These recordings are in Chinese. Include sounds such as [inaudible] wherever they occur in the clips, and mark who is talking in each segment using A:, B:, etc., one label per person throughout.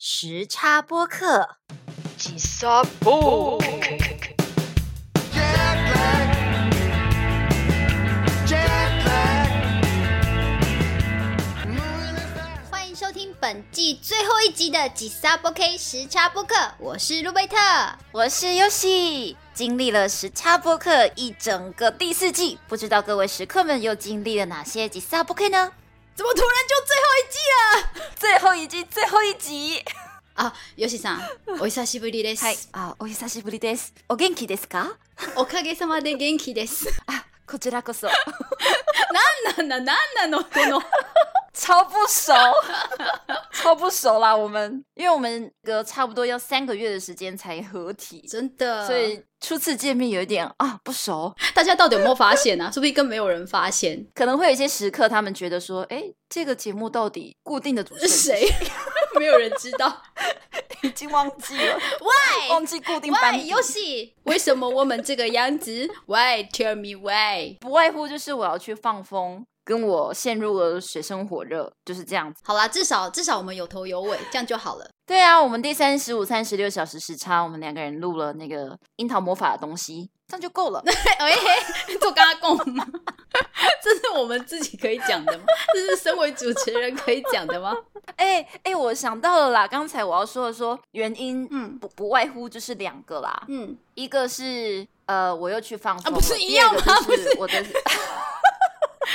A: 时差播客，
B: 几沙布。
C: Jet lag. Jet lag. Moving as fast.
A: 欢迎收听本季最后一集的《吉萨波 K 时差播客》，我是路贝特。
D: 我是尤西。经历了时差播客一整个第四季，不知道各位食客们又经历了哪些吉萨播客呢？
A: 怎么突然就最后一季了？
D: 最后一季，最后一集。
A: 啊，ヨシ [laughs] さん、お久しぶりです。
D: はい、あ、お久しぶりです。お元気ですか？
A: おかげさまで元気です。
D: こちらこそ。
A: [laughs] なんだ、なんなのこの。
D: 超不熟，超不熟啦！我们，因为我们隔差不多要三个月的时间才合体，
A: 真的，
D: 所以初次见面有一点啊不熟，
A: 大家到底有没有发现啊？说不定更没有人发现
D: 可能会有一些时刻他们觉得说，哎，这个节目到底固定的主持
A: 是
D: 人
A: 谁， [laughs] 没有人知道。
D: 已经忘记 [laughs] 了，
A: [laughs] Why？
D: 忘记固定班
A: Why？
D: 底
A: 游戏？为什么我们这个样子？Why tell me why？
D: 不外乎就是我要去放风，跟我陷入了水深火热，就是这样子。
A: 好啦，至少至少我们有头有尾，这样就好 [laughs] 了。
D: 对啊，我们第三十五、三十六小时时差，我们两个人录了那个樱桃魔法的东西，这样就够了。
A: 哎、欸，做跟他共吗？ [laughs] 这是我们自己可以讲的吗？ [laughs] 这是身为主持人可以讲的吗？
D: [laughs] 哎哎，我想到了啦，刚才我要说的说原因，
A: 嗯
D: 不不外乎就是两个啦，
A: 嗯，
D: 一个是呃我又去放
A: 啊
D: 风了、
A: 不是一样吗
D: 第二个就
A: 不
D: 是我的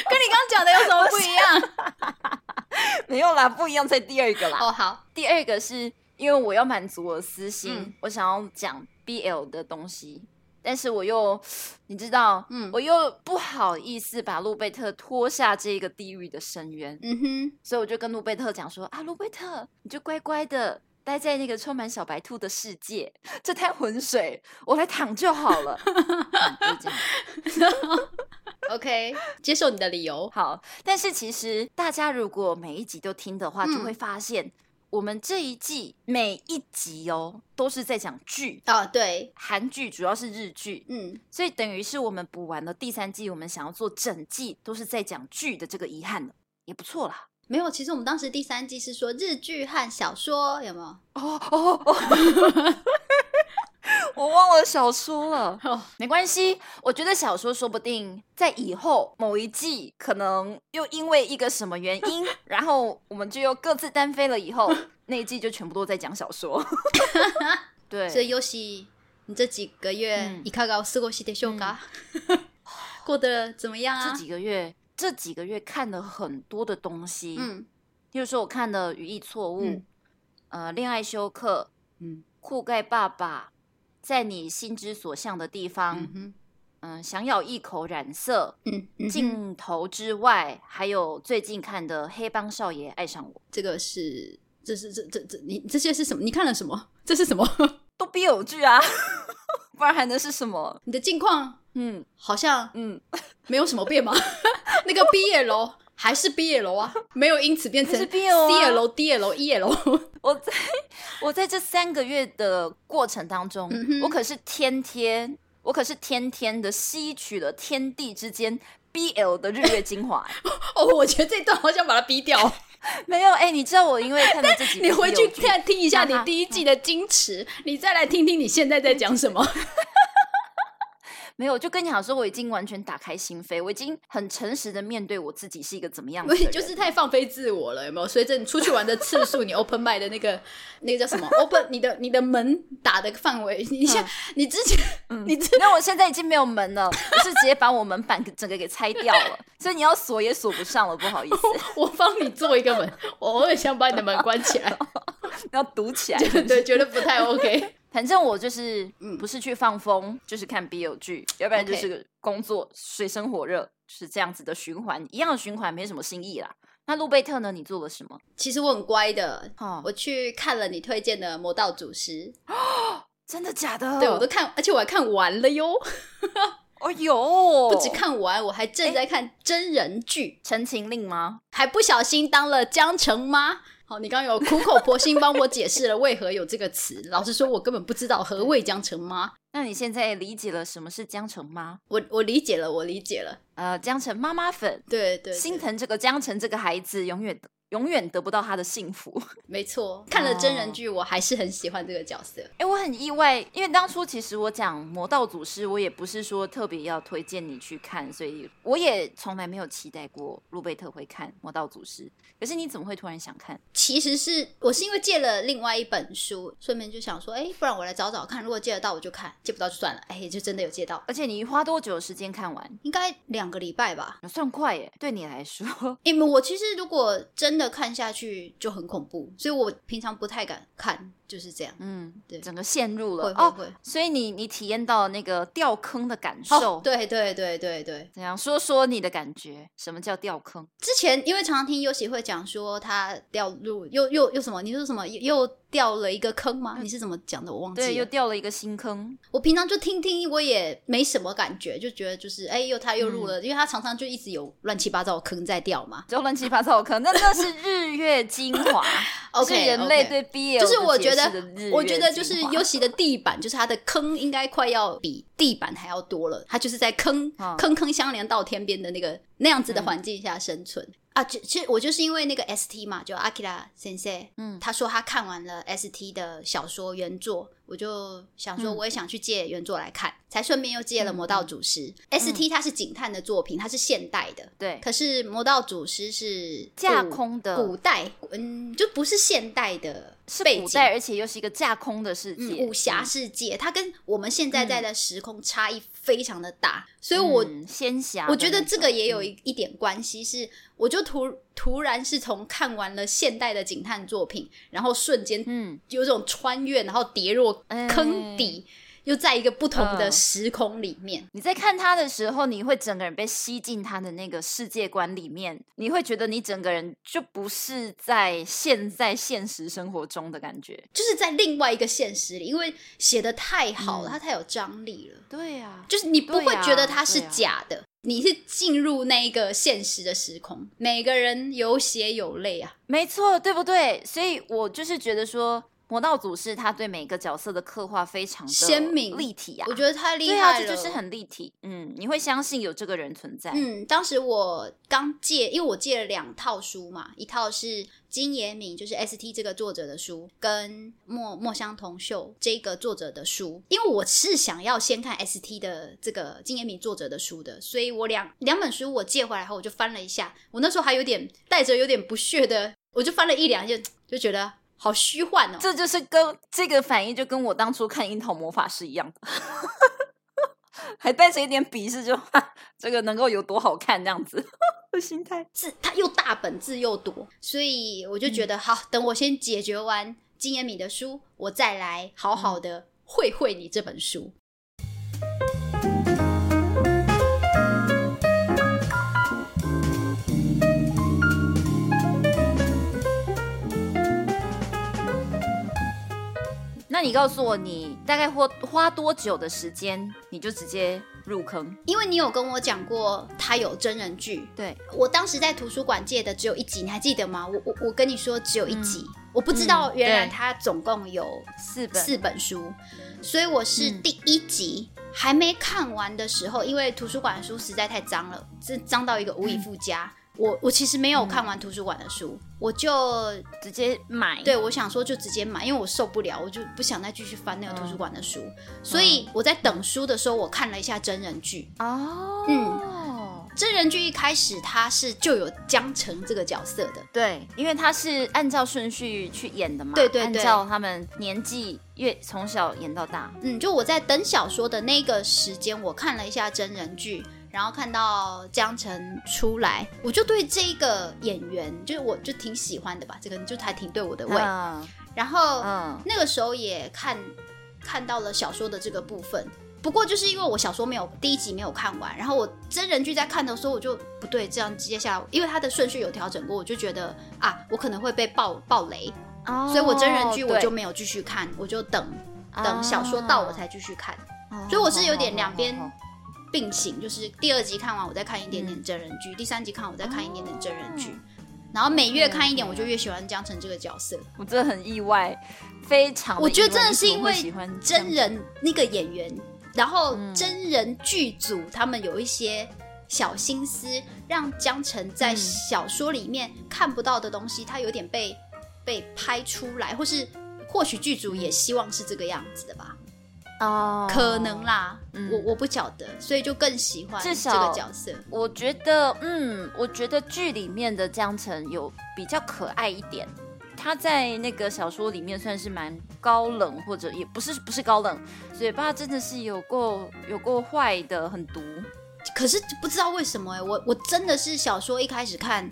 A: 跟你刚刚讲的有什么不一样？
D: [laughs] 没有啦，不一样在第二个啦。
A: 哦，好，
D: 第二个是因为我要满足我的私心，
A: 嗯
D: 我想要讲 BL 的东西，但是我又你知道，
A: 嗯
D: 我又不好意思把路贝特拖下这个地狱的深渊，
A: 嗯哼，
D: 所以我就跟路贝特讲说啊，路贝特，你就乖乖的。待在那个充满小白兔的世界，这滩浑水，我来躺就好了。嗯就是这样
A: OK，接 [laughs] 受你的理由。
D: 好，但是其实大家如果每一集都听的话，
A: 嗯
D: 就会发现、我们这一季每一集哦都是在讲剧，
A: 哦，对，
D: 韩剧主要是日剧，
A: 嗯，
D: 所以等于是我们补完了第三季，我们想要做整季都是在讲剧的这个遗憾了，也不错啦。
A: 没有。其实我们当时第三季是说日剧和小说，有没有？
D: 哦哦哦， [laughs] 我忘了小说了，
A: 哦，
D: 没关系，我觉得小说说不定在以后某一季，可能又因为一个什么原
A: [laughs]
D: 因，然后我们就又各自单飞了，以后那一季就全部都在讲小说。 [laughs] 对，
A: 所以尤西，你这几个月
D: 嗯
A: 一看到四过西的秀嘎，嗯 [laughs] 过得怎么样
D: 这
A: 啊？
D: 几个月这几个月看了很多的东西，
A: 嗯
D: 例如说，我看了《语义错误》
A: 嗯
D: 呃，《恋爱休克》、
A: 嗯
D: 《酷盖爸爸》、在你心之所向的地方
A: 嗯，哼
D: 嗯、想咬一口染色，
A: 嗯嗯哼，
D: 镜头之外，还有最近看的《黑帮少爷爱上我》，
A: 这个是这是这这这你这些是什么？你看了什么？这是什 [laughs] 么？
D: 都必有剧啊， [laughs] 不然还能是什么？
A: 你的近况
D: 嗯
A: 好像
D: 嗯，
A: 没有什么变嘛？ [laughs] 那个毕业楼还是毕业楼啊，没有因此变成
D: 还是 BL 啊
A: C 楼 D 楼 E 楼。
D: 我在我在这三个月的过程当中，
A: 嗯哼
D: 我可是天天，我可是天天的吸取了天地之间 BL 的日月精华、
A: 哦，我觉得这段好想把它逼掉。
D: [laughs] 没有哎、你知道我因为看了这 [laughs] 几部
A: [laughs] 你回去
D: 有趣
A: 看听一下你
D: 那他
A: 第一季的矜持，你再来听听你现在在讲什 [laughs] 么。
D: 没有，就跟你讲说，我已经完全打开心扉，我已经很诚实的面对我自己是一个怎么样
A: 我
D: 的人，
A: 就是太放飞自我了，有没有？随着你出去玩的次 [laughs] 数，你 open mind 的那个那个叫什 [laughs] 么 open，你的你的门打的范围，你像、你之前、你之
D: 那我现在已嗯经没有门了，我是直接把我门板整个给拆掉了，所以你要锁也锁不上了，不好意思，
A: [laughs] 我帮你做一个 [laughs] 门，我也想把你的门关 [laughs] 起来，
D: 要堵起来。
A: 对，觉得不太 OK。
D: 反正我就是
A: 嗯
D: 不是去放风，就是看 BL 剧，要不然就
A: OK
D: 是工作水深火热，就是这样子的循环，一样的循环，没什么新意啦。那路贝特呢？你做了什么？
A: 其实我很乖的，
D: 哦，
A: 我去看了你推荐的《魔道祖师
D: 真的假的？》，
A: 对我都看，而且我还看完了哟，
D: 哦有，
A: 不止看完，我还正在看真人剧。
D: 《陈情令》吗？
A: 还不小心当了江城妈。好，你刚刚有苦口婆心帮我解释了为何有这个词。老实说，我根本不知道何谓江城妈。
D: 那你现在理解了什么是江城吗？
A: 我我理解了，我理解了。
D: 呃，江城妈妈粉
A: 对对对
D: 心疼这个江城这个孩子，永远永远得不到他的幸福。
A: 没错，看了真人剧，我还是很喜欢这个角色。
D: 哎、我很意外，因为当初其实我讲《魔道祖师》，我也不是说特别要推荐你去看，所以我也从来没有期待过路贝特会看《魔道祖师》。可是你怎么会突然想看？
A: 其实是我是因为借了另外一本书，顺便就想说，哎，不然我来找找看，如果借得到我就看，借不到就算了。哎，也就真的有借到，
D: 而且你花多久时间看完？
A: 应该两个礼拜吧。
D: 算快耶，对你来说， [laughs]
A: 因为我其实如果真的看下去就很恐怖，所以我平常不太敢看，就是这样。
D: 嗯，
A: 对
D: 整个陷入
A: 会
D: 了
A: 会
D: 哦。
A: 会，
D: 所以你你体验到那个掉坑的感受，
A: 哦，对对对对对，
D: 怎样说说你的感觉？什么叫掉坑？
A: 之前因为常常听优喜会讲说他掉入又又又什么，你说什么又又掉了一个坑吗？你是怎么讲的？我忘
D: 嗯对，
A: 记
D: 又
A: 了。
D: 掉了一个新坑。
A: 我平常就听听，我也没什么感觉，就觉得就是哎，又他又入
D: 嗯
A: 了，因为他常常就一直有乱七八糟的坑在掉嘛。
D: 就乱七八糟的坑，那那是日月精华，是
A: [laughs] OK，
D: 人类
A: OK
D: 对 BL
A: 就是
D: 的
A: 我
D: 解
A: 觉得
D: 释的日，
A: 我
D: 月
A: 觉得就
D: 精
A: 是
D: 华
A: 尤其的地板，就是它的坑应该快要比地板还要多了。它就是在坑、
D: 嗯
A: 坑坑相连到天边的那个那样子的环境下生存、啊。就其实我就是因为那个 ST 嘛，就 Akira Sensei，
D: 嗯
A: 他说他看完了 ST 的小说原作，我就想说
D: 嗯
A: 我也想去借原作来看，才顺便又借了《魔道祖师》ST
D: 嗯
A: 它是警探的作品，它是现代的，
D: 对
A: 可是《魔道祖师》是
D: 架
A: 古
D: 空
A: 古
D: 的
A: 代，嗯，就不是现代的
D: 是
A: 背
D: 古
A: 景
D: 代，而且又是一个架空的世
A: 嗯，
D: 界，
A: 武侠
D: 嗯
A: 世界，它跟我们现在在的时空差异非常的大，所以我、
D: 嗯仙侠的那种，
A: 我觉得这个也有
D: 嗯
A: 一一点关系，是我就突突然是从看完了现代的警探作品，然后瞬间
D: 嗯
A: 有种穿越，然后跌落坑
D: 哎
A: 底，又在一个不同的
D: 嗯
A: 时空里面。
D: 你在看他的时候，你会整个人被吸进他的那个世界观里面，你会觉得你整个人就不是在现在现实生活中的感觉。
A: 就是在另外一个现实里，因为写的太好了，
D: 嗯
A: 它太有张力了。
D: 对呀、
A: 就是你不会
D: 对啊
A: 觉得它是
D: 对啊
A: 假的，你是进入那一个现实的时空。每个人有血有泪啊，
D: 没错，对不对？所以我就是觉得说，《魔道祖师》他对每个角色的刻画非常的
A: 鲜明
D: 立体啊，
A: 我觉得太厉
D: 对
A: 害
D: 啊，
A: 了。
D: 这就是很立体。嗯，你会相信有这个人存在。
A: 嗯，当时我刚借，因为我借了两套书嘛，一套是金野敏，就是 ST 这个作者的书，跟墨墨香铜臭这个作者的书。因为我是想要先看 ST 的这个金野敏作者的书的，所以我两两本书我借回来后，我就翻了一下，我那时候还有点带着有点不屑的，我就翻了一两页，就觉得好虚幻哦。
D: 这就是跟这个反应就跟我当初看《樱桃魔法师》一样的， [laughs] 还带着一点鄙视就，哈这个能够有多好看这样子的心态。
A: 字它又大本字又多，所以我就觉得、好，等我先解决完金野米的书，我再来好好的会会你这本书。
D: 那你告诉我，你大概花花多久的时间，你就直接入坑？
A: 因为你有跟我讲过，它有真人剧，
D: 对，
A: 我当时在图书馆借的只有一集，你还记得吗？我我我跟你说只有一集，我不知道原来
D: 对
A: 它总共有
D: 四本。
A: 四本书，所以我是
D: 嗯
A: 第一集。还没看完的时候，因为图书馆的书实在太脏了，这脏到一个无以复加。我我其实没有看完图书馆的书，我就
D: 直接买。
A: 对，我想说就直接买，因为我受不了，我就不想再继续翻那个图书馆的书。所以我在等书的时候，我看了一下真人剧。
D: 哦，
A: 真人剧一开始它是就有江澄这个角色的，
D: 对，因为他是按照顺序去演的嘛，
A: 对对
D: 按
A: 对
D: 照他们年纪越从小演到大，
A: 嗯，就我在等小说的那个时间，我看了一下真人剧，然后看到江澄出来，我就对这个演员，就是我就挺喜欢的吧，这个人就还挺对我的胃。
D: 嗯
A: 然后、
D: 嗯
A: 那个时候也看看到了小说的这个部分，不过就是因为我小说没有第一集没有看完，然后我真人剧在看的时候，我就不对，这样接下来因为它的顺序有调整过，我就觉得啊，我可能会被爆爆雷，
D: 哦
A: 所以我真人剧我
D: 对
A: 就没有继续看，我就等等小说到我才继续看。
D: 啊
A: 所以我是有点两边
D: 哦哦哦哦
A: 并行，就是第二集看完我再看一点点真人剧，第三集看我再看一点点真人剧，
D: 哦
A: 然后每月看一点，我就越喜欢江澄这个角色。
D: 我真的很意外，非常地意外，
A: 我觉得真的是
D: 你怎么会
A: 因为
D: 喜欢这样嗯
A: 真人那个演员，然后真人剧组他们有一些小心思，让江澄在
D: 嗯
A: 小说里面看不到的东西，他有点被被拍出来，或是或许剧组也希望是这个样子的吧，
D: 哦
A: 可能啦，
D: 嗯
A: 我我不晓得，所以就更喜欢
D: 至
A: 这
D: 少
A: 个角色。
D: 我觉得，嗯，我觉得剧里面的江澄有比较可爱一点。他在那个小说里面算是蛮高冷，或者也不是不是高冷，嘴巴真的是有够有够坏的，很毒。
A: 可是不知道为什么哎、我我真的是小说一开始看，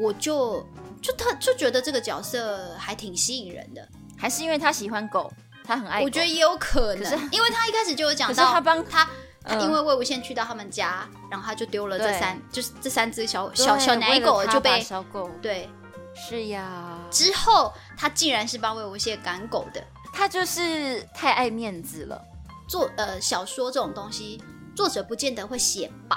A: 我就就他就觉得这个角色还挺吸引人的，
D: 还是因为他喜欢狗，他很爱狗。
A: 我觉得也有可能，
D: 可是
A: 因为他一开始就有讲
D: 可是
A: 到
D: 他帮
A: 他。他
D: 嗯
A: 因为魏无羡去到他们家，然后他就丢了这
D: 对
A: 三，就是这三只小
D: 对
A: 小小奶狗
D: 为了他
A: 就
D: 把
A: 被
D: 小狗。
A: 对。
D: 是呀，
A: 之后他竟然是帮魏无羡赶狗的，
D: 他就是太爱面子了。
A: 作呃小说这种东西，作者不见得会写白，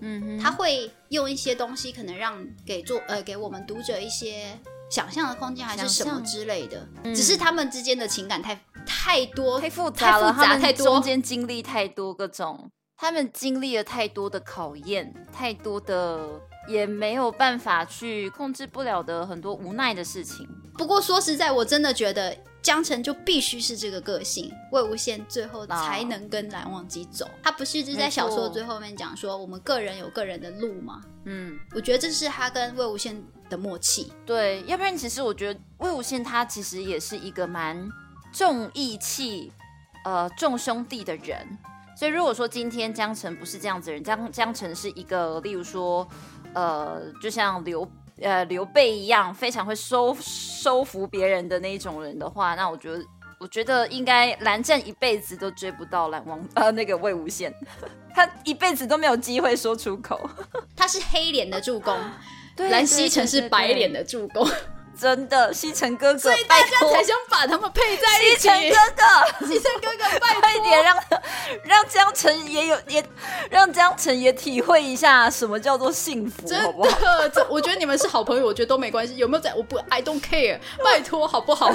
D: 嗯哼，
A: 他会用一些东西，可能让给作呃给我们读者一些想象的空间，还是什
D: 想
A: 么
D: 象
A: 之类的。
D: 嗯
A: 只是他们之间的情感太太多
D: 太复杂了，
A: 太复杂
D: 他们
A: 太多
D: 中间经历太多各种，他们经历了太多的考验，太多的也没有办法去控制不了的很多无奈的事情。
A: 不过说实在，我真的觉得江澄就必须是这个个性，魏无羡最后
D: 啊
A: 才能跟蓝忘机走。他不是就在
D: 没错
A: 小说最后面讲说，我们个人有个人的路吗？
D: 嗯，
A: 我觉得这是他跟魏无羡的默契。
D: 对，要不然其实我觉得魏无羡他其实也是一个蛮重义气、呃重兄弟的人。所以如果说今天江澄不是这样子的人，江江澄是一个，例如说，呃，就像刘呃刘备一样，非常会收收服别人的那一种人的话，那我觉得。我觉得应该蓝湛一辈子都追不到蓝王呃那个魏无羡， [laughs] 他一辈子都没有机会说出口。
A: 他是黑脸的助攻，
D: 啊对
A: [laughs] 蓝曦臣是白脸，
D: 对哎
A: 的助攻，
D: 对对真的西城哥哥，所以
A: 大家才想把他们配在一
D: 西
A: 起。
D: 城 [laughs] 哥哥，
A: 西城哥哥，拜
D: 快点让让江城也有也让江城也体会一下什么叫做幸福，
A: 真
D: 好不好？
A: 的，这我觉得你们是好朋友，我觉得都没关系。有没有在？我不，I don't care，拜托，好不好？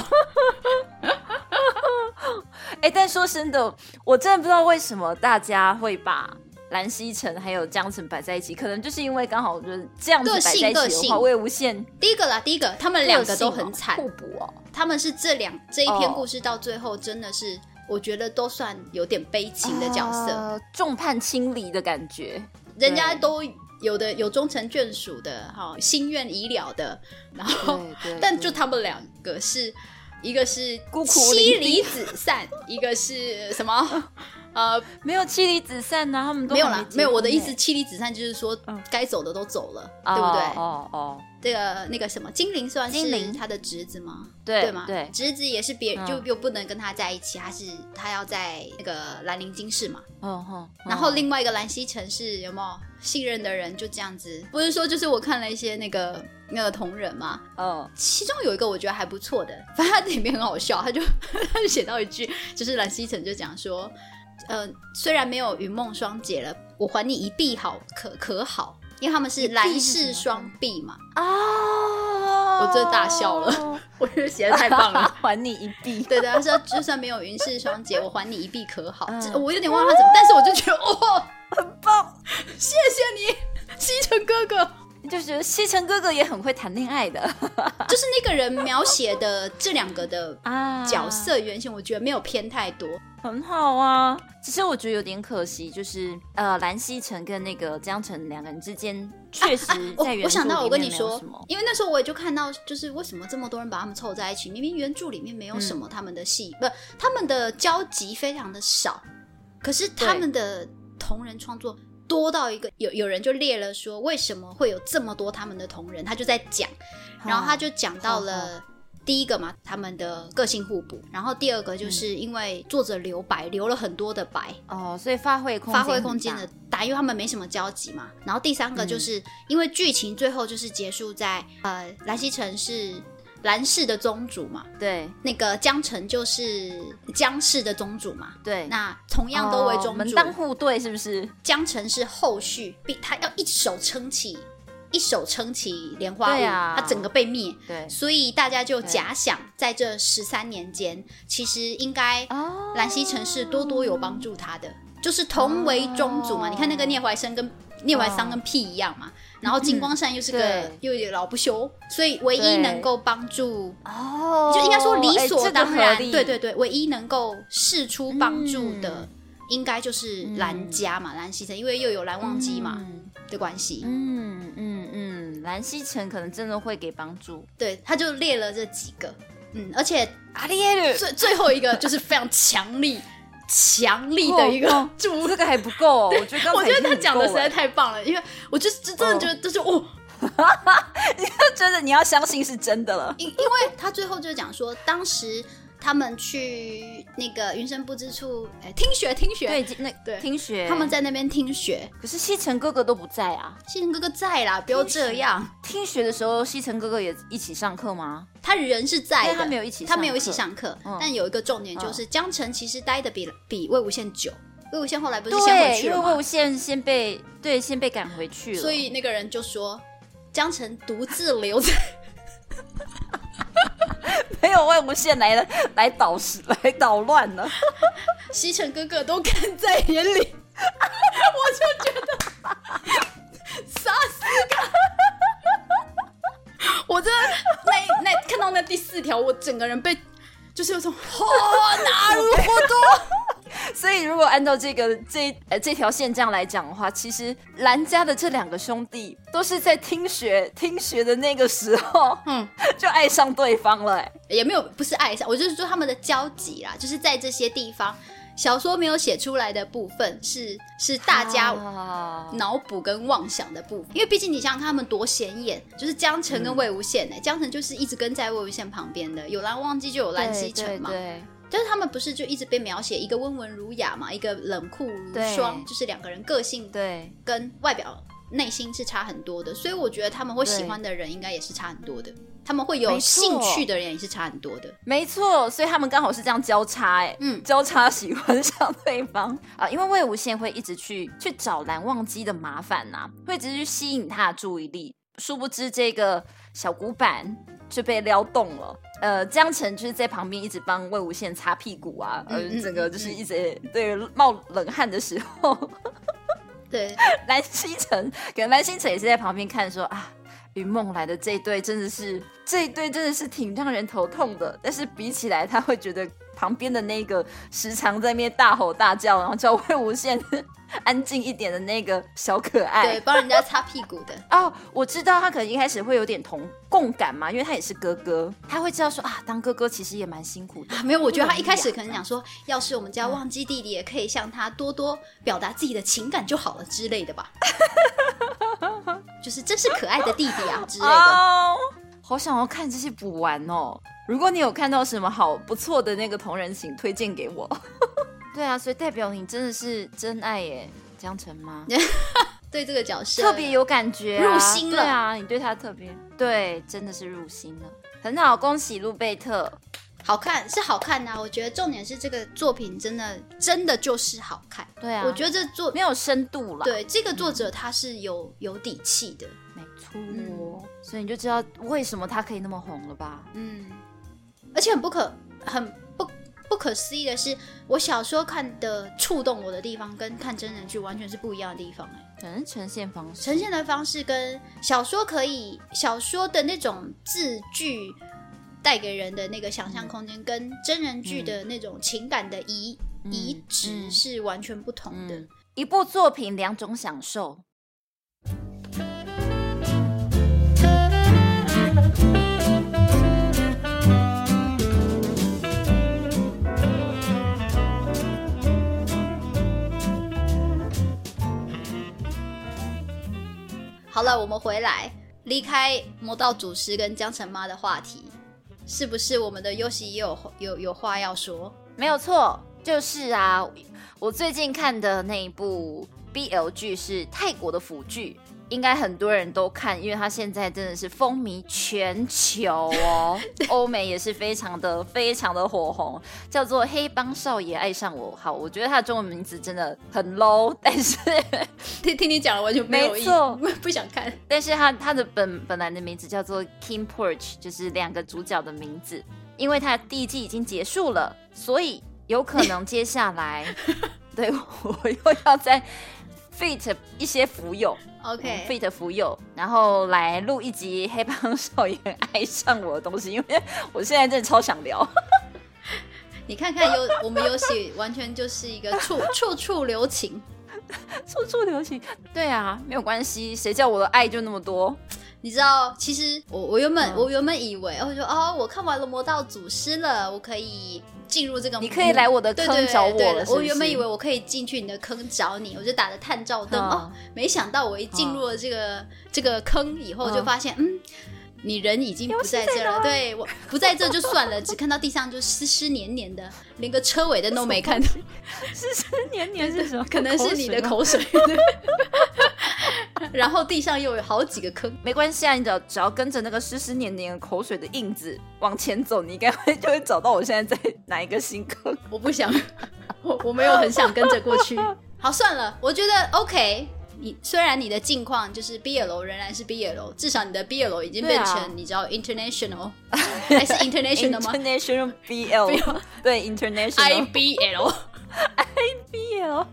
D: 哎、但说真的，我真的不知道为什么大家会把。蓝曦臣还有江城摆在一起，可能就是因为刚好就是这样子摆在一
A: 个
D: 起的
A: 性个
D: 话，
A: 性
D: 魏无羡
A: [laughs] 第一个啦，第一个，他们两个都很惨
D: 互，补哦。
A: 他们是这两这一篇
D: 哦
A: 故事到最后真的是，我觉得都算有点悲情的角色，
D: 呃众叛亲离的感觉。
A: 人家都有的有终成眷属的，哈，心愿已了的，然后
D: 对
A: 但就他们两个是，一个是
D: 孤苦
A: 妻
D: 伶仃
A: 离子散，一个是什么？ [laughs] 呃，
D: 没有妻离子散呐、他们都
A: 没有
D: 还
A: 啦，
D: 结
A: 没有。我的
D: 婚
A: 意
D: 欸
A: 思，，妻离子散就是说
D: 嗯，
A: 该走的都走了，
D: 哦
A: 对不对？
D: 哦哦，
A: 这个那个什么，精灵算
D: 精
A: 是
D: 灵
A: 他的侄子吗？
D: 对
A: 吗？
D: 对
A: 侄子也是别人，
D: 嗯
A: 就又不能跟他在一起，他是他要在那个兰陵金氏嘛。
D: 哦哦。
A: 然后
D: 哦
A: 另外一个兰溪城是有没有信任的人就这样子？不是说就是我看了一些那个那个同人嘛，
D: 嗯，
A: 其中有一个我觉得还不错的， [laughs] 反正它里面很好笑，他就 [laughs] 他就写到一句，就是蓝曦臣就讲说，呃，虽然没有云梦双姐了，我还你一臂好，可可好？因为他们是蓝氏双璧嘛，
D: 啊！
A: 我真的大笑了， [laughs] 我觉得写的太棒了。，
D: 还你一臂。
A: [laughs] 对对，他说就算没有云氏双姐，我还你一臂可好？
D: 嗯
A: 这我有点忘了他怎么，但是我就觉得哦，很棒，谢谢你， [laughs] 西城哥哥。
D: 就觉得西城哥哥也很会谈恋爱的
A: 就是那个人描写的这两个的
D: 啊
A: 角色原型，我觉得没有偏太多。
D: 很好啊。只是我觉得有点可惜，就是呃，蓝曦臣跟那个江澄两个人之间确实
A: 哦我
D: 嗯在原著
A: 啊我想到，
D: 里
A: 我跟
D: 面
A: 你
D: 没有
A: 说
D: 什么，
A: 因为那时候我也就看到，就是为什么这么多人把他们凑在一起？明明原著里面没有
D: 嗯
A: 什么他们的戏，不，他们的交集非常的少，可是他们的同人创作多到一个，有有人就列了说为什么会有这么多他们的同人，他就在讲，
D: 哦嗯
A: 然后他就讲到了。第一个嘛，他们的个性互补，然后第二个
D: 嗯
A: 就是因为作者留白，留了很多的白，
D: 哦，所以发挥空
A: 发挥
D: 很
A: 空间的
D: 大嗯
A: 大，因为他们没什么交集嘛。然后第三个就是、因为剧情最后就是结束在呃，兰溪城是兰氏的宗主嘛，
D: 对
A: 那个江城就是江氏的宗主嘛。
D: 对，
A: 那同样都为
D: 哦
A: 宗
D: 门
A: 主，
D: 当户对，是不是？
A: 江城是后续，必他要一手撑起，一手撑起莲花
D: 对
A: 坞，
D: 啊
A: 他整个被灭。
D: 对
A: 所以大家就假想，在这十三年间，其实应该
D: 哦
A: 兰溪城市多多有帮助他的，就是同为宗族嘛。
D: 哦嗯
A: 你看那个聂怀生跟聂怀桑跟屁一样嘛。然后金光善又是个
D: 对
A: 又有点老不休，所以唯一
D: 对
A: 能够帮助
D: 哦，
A: 就应该说理
D: 哎
A: 所当然，对，对
D: 这个合理
A: 对，唯一能够事出帮助的
D: 嗯，
A: 应该就是兰家嘛，兰溪城，因为又有蓝忘机嘛、
D: 嗯
A: 的关系，
D: 嗯嗯嗯，蓝曦城可能真的会给帮助。
A: 对，他就列了这几个，嗯，而且
D: 阿丽耶
A: 最最后一个就是非常强力、强力的一个
D: 哦
A: 祝
D: 这个还不够，我觉得刚才
A: 我觉
D: 已
A: 得
D: 经
A: 他
D: 很
A: 讲的
D: 够
A: 实在
D: 了
A: 太棒了，因为我就就真的觉得这就哦，
D: 真的，你要相信是真的了。
A: 因因为他最后就讲说，当时他们去那个云深不知处，哎，听雪听雪，
D: 对，那
A: 对
D: 听雪
A: 他们，在那边听雪，
D: 可是西城哥哥都不在啊。
A: 信哥哥在啦，不要这样，
D: 听雪的时候，西城哥哥也一起上课吗？
A: 他人是在的，
D: 但他没有一起上
A: 他
D: 课
A: 没有一起上课，
D: 嗯
A: 但有一个重点就是江城其实待的比比魏无羡久，魏无羡后来不是先回
D: 对，
A: 去
D: 因为
A: 了
D: 魏
A: 吗
D: 无？羡先被对先被赶回去了，
A: 所以那个人就说。江城独自留在，
D: 没有魏无羡来了来捣事来捣乱了。
A: 西城哥哥都看在眼里，我就觉得杀死个！我真的那那看到那第四条，我整个人被就是有种哦，哪如
D: 所以如果按照这个这呃这条线这样来讲的话，其实兰家的这两个兄弟都是在听学听学的那个时候
A: 嗯，
D: [laughs] 就爱上对方了、哎
A: 也没有不是爱上，我就是说他们的交集啦，就是在这些地方，小说没有写出来的部分是是大家
D: 啊
A: 脑补跟妄想的部分，因为毕竟你想想看，他们多显眼，就是江城
D: 嗯
A: 跟魏无羡呢、江城就是一直跟在魏无羡旁边的，有蓝忘机就有蓝曦
D: 对
A: 臣嘛，
D: 对
A: 但是他们不是就一直被描写一个温文儒雅嘛，一个冷酷如
D: 对
A: 霜，就是两个人个性
D: 对对
A: 跟外表内心是差很多的，所以我觉得他们会喜
D: 对
A: 欢的人应该也是差很多的，他们会有
D: 没错
A: 兴趣的人也是差很多的。
D: 没错，所以他们刚好是这样交叉、哎，
A: 嗯
D: 交叉喜欢上对方啊，因为魏无羡会一直去去找蓝忘机的麻烦呐、会一直去吸引他的注意力，殊不知这个小古板就被撩动了。呃，江澄就是在旁边一直帮魏无羡擦屁股啊，呃
A: 嗯嗯，
D: 整个就是一直对冒冷汗的时候，
A: 对，
D: 蓝曦臣，可能蓝曦臣也是在旁边看说啊，云梦来的这一对真的是这一对真的是挺让人头痛的，但是比起来他会觉得旁边的那个时常在那边大吼大叫，然后叫魏无羡 [laughs] 安静一点的那个小可
A: 对，
D: 爱。
A: 帮人家擦屁股的，
D: 哦，我知道他可能一开始会有点同共感嘛，因为他也是哥哥，他会知道说啊，当哥哥其实也蛮辛苦的。
A: 啊，没有，我觉得他一开始可能想说，要是我们家忘记弟弟也可以向他多多表达自己的情感就好了之类的吧， [laughs] 就是真是可爱的弟弟啊之
D: [laughs]
A: 类的。
D: 哦，好想要看这些补完哦！如果你有看到什么好不错的那个同人，请推荐给 [laughs] 我。对啊，所以代表你真的是真爱耶，江澄 [laughs] 吗？
A: 对这个角色
D: 特别有感觉、啊，
A: 入心了
D: 对啊，你对他特别对，真的是入心了，很好，恭喜路贝特。
A: 好看是好看啊呐、我觉得重点是这个作品真的真的就是好看。
D: 对啊，
A: 我觉得这作
D: 没有深度了。，
A: 对这个作者他是有有底气的，
D: 没哦错、嗯所以你就知道为什么他可以那么红了吧？
A: 嗯，而且很不可很不不可思议的是，我小时候看的触动我的地方跟看真人剧完全是不一样的地方、哎。
D: 可能呈现方式，
A: 呈现的方式跟小说可以小说的那种字句带给人的那个想象空间，跟真人剧的那种情感的移、
D: 嗯
A: 移植
D: 嗯
A: 是完全不同的。
D: 嗯，一部作品两种享受，
A: 好了，我们回来离开魔道祖师跟江城妈的话题，是不是我们的优喜也有有有话要说？ [laughs]
D: 没有错，就是啊，我最近看的那一部 BL 剧是泰国的腐剧，应该很多人都看，因为它现在真的是风靡全球哦，欧美也是非常的非常的火红，叫做《黑帮少爷爱上我》。好，我觉得它的中文名字真的很 low，但是
A: 听听你讲了，完全没有意
D: 没错
A: 义， [laughs] 不想看。
D: 但是他他的本本来的名字叫做 Kim Porch，就是两个主角的名字。因为他第一季已经结束了，
A: [laughs]
D: 所以有可能接下来，对我我又要再 fit 一些腐友
A: OK，、
D: fit 腐友，然后来录一集《黑帮少爷爱上我》的东西，因为我现在真的超想
A: [laughs]
D: 聊。
A: 你看看有我们有写，完全就是一个处处处留情。
D: 处处留情。对啊，没有关系，谁叫我的爱就那么多？
A: 你知道，其实我我原本、
D: 嗯
A: 我原本以为，我说哦，我看完了《魔道祖师》了，我可以进入这个，
D: 你可以来我的
A: 对
D: 坑找
A: 对
D: 我
A: 对
D: 了
A: 对
D: 是不
A: 我原本
D: 是
A: 以为我可以进去你的坑找你，我就打着探照灯、
D: 嗯
A: 哦，没想到我一进入了这个、这个坑以后，
D: 嗯
A: 就发现嗯。你人已经不在这了，对我不在这就算了，只看到地上就湿湿黏黏的，连个车尾灯都没看到。
D: 是是年年是什么？
A: 可能是你的
D: 吗
A: 口水。 [laughs] 然后地上又有好几个坑，
D: 没关系啊，你只要只要跟着那个湿湿黏黏的口水的印子往前走，你应该会就会找到我现在在哪一个新 [laughs] 坑。
A: 我不想，我我没有很想跟着过去。好，算了，我觉得 OK 你。虽然你的境况就是 BL 仍然是 BL，至少你的 BL 已经
D: 对
A: 变
D: 啊
A: 成、你知道
D: [laughs]
A: international 还是
D: 哎
A: international 吗
D: International BL，对 International
A: ？IBL，
D: BL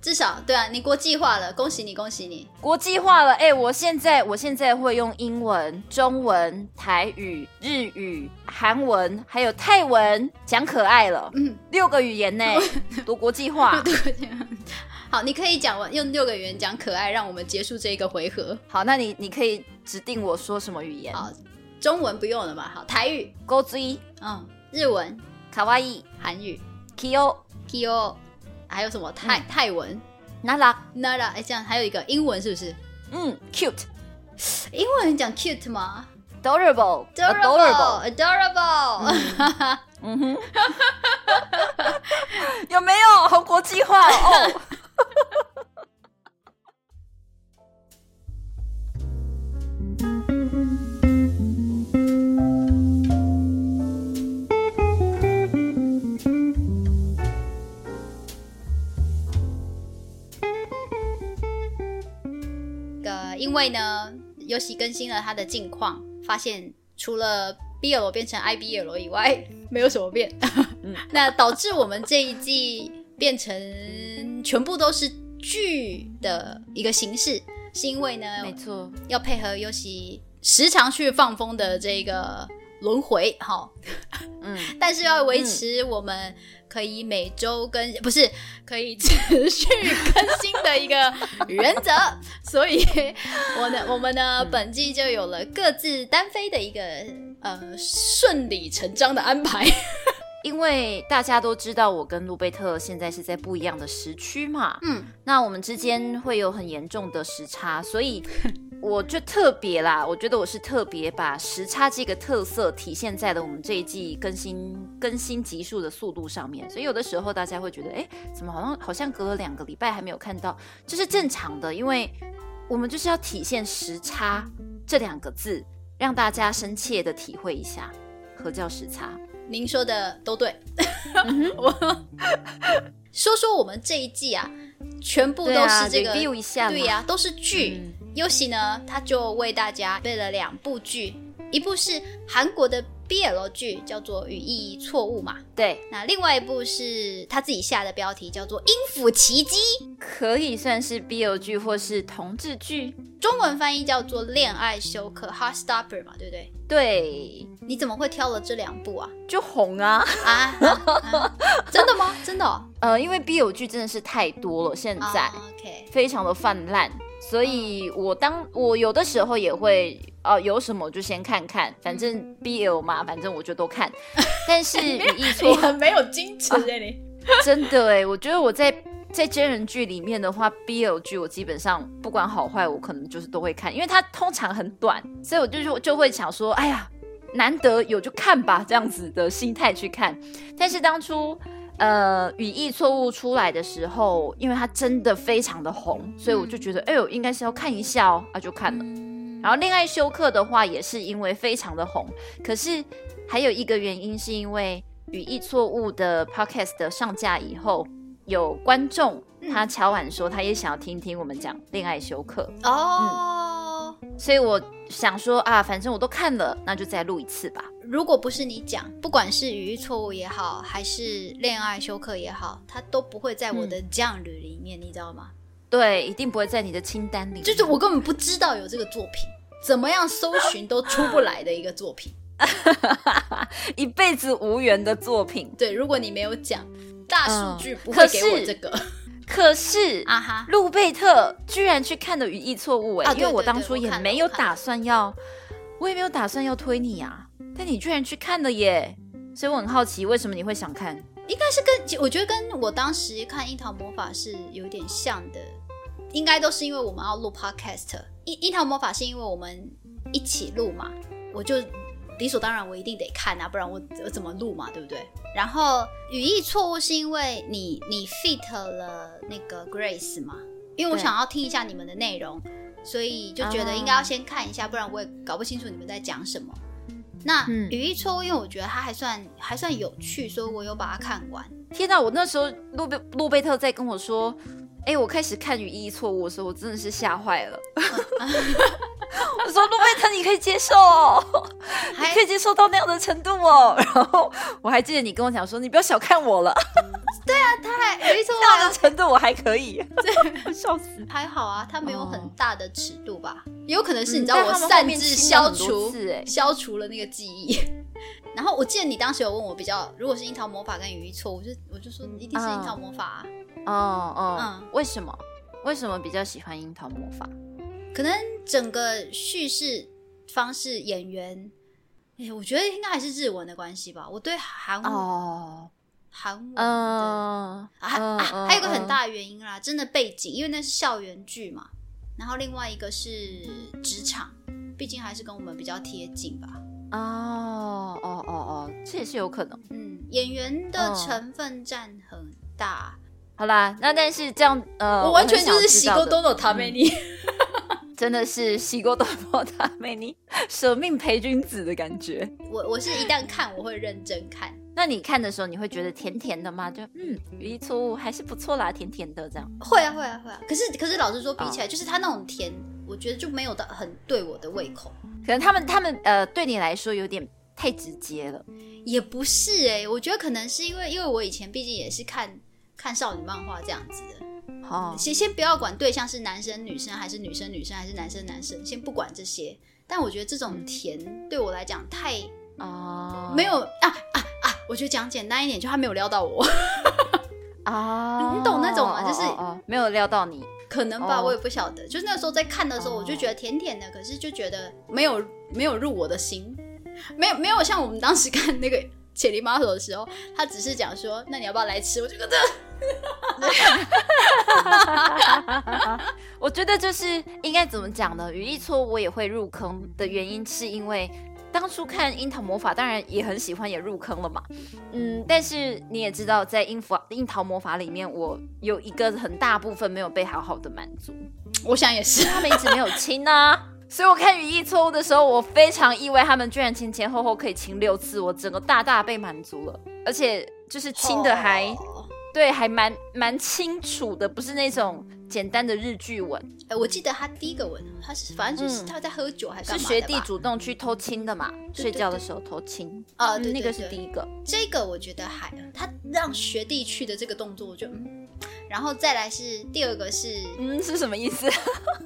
A: 至少对啊，你国际化了，恭喜你，恭喜你。
D: 国际化了。哎、我现在我现在会用英文、中文、台语、日语、韩文，还有泰文讲可爱了。
A: 嗯，
D: 六个语 [laughs] 言呢，多国际
A: [laughs]
D: 化。
A: 好，你可以讲完用六个语言讲可爱，让我们结束这一个回合。
D: 好，那你你可以指定我说什么语言？
A: 好中文不用了吧？好，台语，
D: 勾追、
A: 嗯，日文、
D: 卡哇伊、
A: 韩语、
D: Q、
A: Kyo，还有什么泰、
D: 嗯
A: 泰文
D: 娜拉，
A: Nara？哎，这样还有一个英文是不是？
D: 嗯，cute、
A: 英文讲 cute 吗
D: adorable、adorable，
A: adorable，
D: 嗯哼，有没有好国际化哦？ [laughs] 嗯
A: [laughs] 呃，因为呢，尤其更新了他的近况，发现除了 BL 变成 IBL 以外， [laughs] 没有什么变。
D: 嗯
A: [laughs] 那导致我们这一季变成全部都是剧的一个形式，是因为呢，
D: 没错，
A: 要配合尤其时常去放风的这个轮回，哈，
D: 嗯，
A: [laughs] 但是要维持我们可以每周更，不是可以持续更新的一个原则，所以我呢， [laughs] 我们
D: 嗯
A: 呢，本季就有了各自单飞的一个呃顺理成章的安排。 [laughs]
D: 因为大家都知道我跟路贝特现在是在不一样的时区嘛，
A: 嗯，
D: 那我们之间会有很严重的时差，所以我就特别啦，我觉得我是特别把时差这个特色体现在了我们这一季更新更新集数的速度上面。所以有的时候大家会觉得，哎，怎么好像好像隔了两个礼拜还没有看到，这是正常的，因为我们就是要体现时差这两个字，让大家深切的体会一下何叫时差。
A: 您说的都对，
D: 嗯
A: [laughs] 我说说我们这一季啊，全部
D: 对
A: 都
D: 啊
A: 是这个
D: review 一下嘛，
A: 对呀、都是剧。尤其呢，他就为大家备了两部剧，一部是韩国的 BL 剧，叫做《语义错误》嘛，
D: 对，
A: 那另外一部是他自己下的标题，叫做《音符奇迹
D: 可以算是 BL 剧或是同志剧。》，
A: 中文翻译叫做《恋爱休克》（Heartstopper） 嘛，对不对？
D: 对，
A: 你怎么会挑了这两部啊？
D: 就红啊。
A: 啊，啊啊真的吗？真的、哦？啊
D: 呃，因为 BL 剧真的是太多了，现在、
A: o k
D: 非常的泛滥，所以我当我有的时候也会。哦，有什么就先看看，反正 BL 嘛，反正我就都看。
A: [laughs]
D: 但是语义错
A: 很没有矜持哎、你。
D: [laughs] 真的哎，我觉得我在在真人剧里面的话，BL 剧我基本上不管好坏，我可能就是都会看，因为它通常很短，所以我就就就会想说，哎呀，难得有就看吧，这样子的心态去看。但是当初呃语义错误出来的时候，因为它真的非常的红，所以我就觉得，哎呦，应该是要看一下哦，啊就看了。然后恋爱休克的话，也是因为非常的红，可是还有一个原因是因为语义错误的 podcast 的上架以后，有观众他敲碗说他也想要听听我们讲恋爱休克，
A: 哦、
D: 所以我想说啊，反正我都看了，那就再录一次吧。
A: 如果不是你讲，不管是语义错误也好，还是恋爱休克也好，它都不会在我的 genre 里面，你知道吗？
D: 对，一定不会在你的清单里。
A: 就是我根本不知道有这个作品，怎么样搜寻都出不来的一个作品。
D: 一辈子无缘的作品。
A: 对，如果你没有讲，大数据不会
D: 可
A: 给我
D: 是
A: 这个
D: 可是
A: 啊哈。
D: 路贝特居然去看了《语义错误》
A: 啊
D: 哎，因
A: 对
D: 为我
A: 对
D: 当
A: 对
D: 初
A: 我
D: 也
A: 看了
D: 没
A: 我
D: 有
A: 看了
D: 打算要，我也没有打算要推你啊，但你居然去看了耶，所以我很好奇为什么你会想看。
A: 应该是跟其我觉得跟我当时看《樱桃魔法》是有点像的，应该都是因为我们要录 podcast，《樱樱桃魔法》是因为我们一起录嘛，我就理所当然我一定得看啊，不然我我怎么录嘛，对不对？然后语义错误是因为你你 fit 了那个 Grace 嘛，因为我
D: 对
A: 想要听一下你们的内容，所以就觉得应该要先看一下，不然我也搞不清楚你们在讲什么。那
D: 嗯
A: 语义错误，因为我觉得它还算还算有趣，所以我有把它看完。
D: 天哪！我那时候路贝路贝特在跟我说，哎、我开始看《语义错误》的时候，我真的是吓坏了。 [laughs] 我说路贝特，你可以接受
A: [laughs]
D: 哦， [laughs] 你
A: 还
D: 可以接受到那样的程度哦。然后我还记得你跟我讲说，你不要小看我了，
A: 太语义错误
D: [laughs] 这样的程度我还可
A: [laughs]
D: 以， [laughs] 笑死。
A: 还好啊，它没有很
D: 哦
A: 大的尺度吧？也有可能是你
D: 嗯
A: 知道
D: 但
A: 我
D: 他们后
A: 擅
D: 面
A: 自
D: 清了
A: 消
D: 很多
A: 除
D: 次欸
A: 消除了那个记忆。 [laughs] 然后我记得你当时有问我比较，如果是樱桃魔法跟语义错，我就我就说一定是樱桃魔法、啊，
D: 哦哦，
A: 嗯
D: 为什么？为什么比较喜欢樱桃魔法？
A: 可能整个叙事方式、演员，哎、我觉得应该还是日文的关系吧。我对韩文
D: 哦，
A: 韩、文的、
D: 嗯，
A: 啊还
D: 嗯
A: 啊，还有一个很，
D: 嗯
A: 大的原因啦，真的背景，因为那是校园剧嘛。然后另外一个是职场，毕竟还是跟我们比较贴近吧。
D: 嗯哦哦哦哦，这也是有可能。
A: 嗯，演员的
D: 嗯
A: 成分占很大。
D: 好啦，那但是这样，呃，
A: 我完全就是
D: 喜
A: 喜沟多诺
D: 嗯
A: 塔美尼。
D: 真的是洗过多波大 [laughs] 美尼，舍命陪君子的感觉。
A: 我我是一旦看我会认真看，
D: 那你看的时候，你会觉得甜甜的吗？就嗯，语义错误还是不错啦，甜甜的这样。
A: 会啊会啊会啊。可是可是老实说，比
D: 嗯
A: 起来就是他那种甜，我觉得就没有到很对我的胃口。
D: 可能他们他们呃，对你来说有点太直接了。
A: 也不是哎、我觉得可能是因为因为我以前毕竟也是看看少女漫画这样子的，
D: 哦，
A: 先先不要管对象是男生女生还是女生女生还是男生男生，先不管这些。但我觉得这种甜对我来讲太
D: 哦，
A: 没有啊啊啊！我觉得讲简单一点，就他没有撩到我，
D: 哦，
A: 你懂那种吗
D: 哦
A: 就是
D: 哦哦没有料到你
A: 可能吧，
D: 哦
A: 我也不晓得。就是那时候在看的时候，
D: 哦
A: 我就觉得甜甜的，可是就觉得没有没有入我的心，没有没有像我们当时看那个《铁力马手》的时候，他只是讲说，那你要不要来吃？我就觉得
D: 我觉得就是应该怎么讲呢？语义错我也会入坑的原因，是因为当初看《樱桃魔法》，当然也很喜欢，也入坑了嘛。嗯，但是你也知道，在《樱桃樱桃魔法》里面，我有一个很大部分没有被好好的满足，
A: 我想也 [laughs] 是，
D: 他们一直没有亲啊。 [laughs] 所以我看语义错误的时候，我非常意外，他们居然前前后后可以亲六次，我整个大大被满足了，而且就是亲的还、
A: 哦
D: 对，还蛮蛮清楚的，不是那种简单的日剧文。
A: 哎、我记得他第一个吻，他是反正就是
D: 嗯
A: 他在喝酒还干
D: 是
A: 嘛的
D: 学
A: 吧
D: 弟主动去偷亲的嘛？
A: 对
D: 睡觉的时候偷亲，
A: 啊，
D: 嗯
A: 对对对
D: 那个是第一个。
A: 这个我觉得还他让学弟去的这个动作，我就嗯，然后再来是第二个是，
D: 嗯，是什么意思？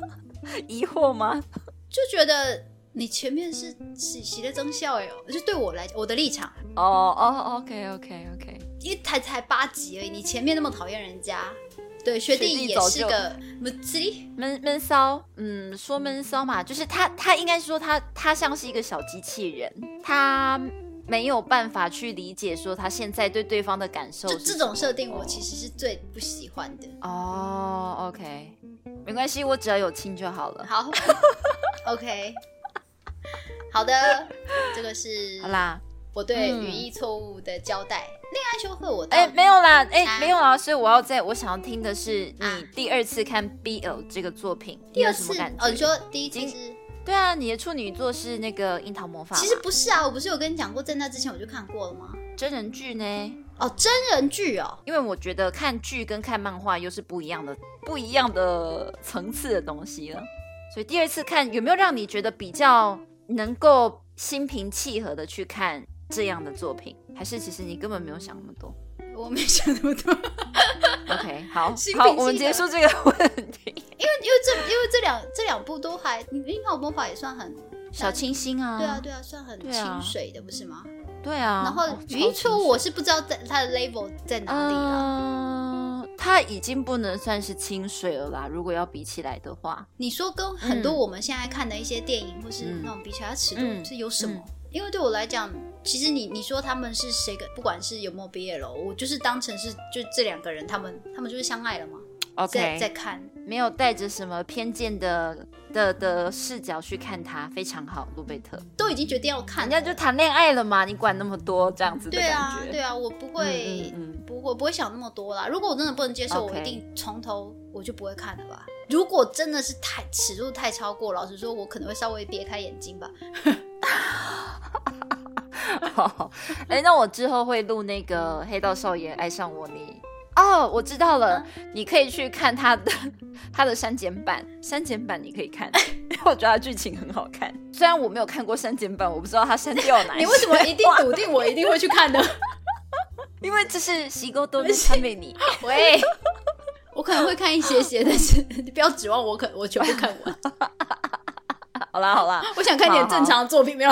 D: [laughs] 疑惑吗？
A: 就觉得你前面是喜喜的增效哎，就对我来我的立场，
D: 哦哦，OK OK OK，
A: 因为才才八级而已，你前面那么讨厌人家，对学
D: 学
A: 弟
D: 弟
A: 也
D: 早
A: 是
D: 就
A: 个嗯么子哩，
D: 闷闷骚，嗯，说闷骚嘛，就是他他应该说他他像是一个小机器人，他没有办法去理解说他现在对对方的感受
A: 就是这
D: 什么
A: 种设定我其实是最不喜欢的。
D: 哦，OK，没关系，我只要有亲就好了。 [laughs]
A: 好，OK，好的，这个是
D: 好啦，
A: 我对
D: 嗯
A: 语义错误的交代。恋爱休克我倒
D: 哎、没有啦，哎、
A: 啊
D: 没有啦，所以我要在我想要听的是
A: 啊
D: 你第二次看 BL 这个作品，
A: 第
D: 你有
A: 二
D: 什
A: 次
D: 么感觉？
A: 哦，你说第一次
D: 已
A: 是？
D: 对啊，你的处女作是那个《樱桃魔法》嘛，
A: 其实不是啊，我不是有跟你讲过，在那之前我就看过了吗？
D: 真人剧呢，
A: 哦，真人剧哦，
D: 因为我觉得看剧跟看漫画又是不一样的、不一样的层次的东西了。所以第二次看有没有让你觉得比较能够心平气和的去看这样的作品，还是其实你根本没有想那么多
A: 我没想那么多， [laughs]
D: ？OK，好
A: 心平
D: 好，
A: 气
D: 我们结
A: 和
D: 束这个问题。
A: 因为这因为这两这两部都还《樱桃魔法》也算很
D: 小清新啊，
A: 对啊对啊，算很
D: 对啊
A: 清水的，不是吗？
D: 对啊。
A: 然后
D: 哦
A: 语音错误，我
D: 超清
A: 是不知道在它的 level 在
D: 新
A: 哪里啊啦。
D: 嗯，它已经不能算是清水了啦。如果要比起来的话，
A: 你说跟很多
D: 嗯
A: 我们现在看的一些电影或是
D: 嗯
A: 那种比起来，它尺
D: 嗯
A: 度是有什么？因为对我来讲，其实你你说他们是谁跟，不管是有没有毕业了，我就是当成是就这两个人，他们他们就是相爱了嘛。在在
D: OK，
A: 看，
D: 没有带着什么偏见的的的视角去看它，非常好，路贝特。
A: 都已经决定要看
D: 人家
A: 了，
D: 就谈恋爱了嘛，你管那么多这样子的
A: 对
D: 感
A: 啊
D: 觉。
A: 对啊，我不会、
D: 嗯嗯嗯
A: 不会不会想那么多啦。如果我真的不能接受
D: OK
A: 我一定从头我就不会看了吧。如果真的是太尺度太超过，老实说，我可能会稍微别开眼睛吧。
D: [laughs] 好，哎、那我之后会录那个《黑道少爷爱上我》你。哦，我知道了，
A: 嗯
D: 你可以去看他的 [laughs] 他的删减版，删减版你可以
A: [laughs]
D: 看，因为我觉得他剧情很好看。虽然我没有看过删减版，我不知道他删掉哪一些。 [laughs]
A: 你为什么一定笃定我一定会去 [laughs] 看呢？
D: 因为这是西沟多的参美你。喂，
A: [laughs] 我可能会看一些些，但是 [laughs] 你不要指望我可我全部看 [laughs] 完。
D: 好啦好啦，
A: 我想看点正常的作品，没有。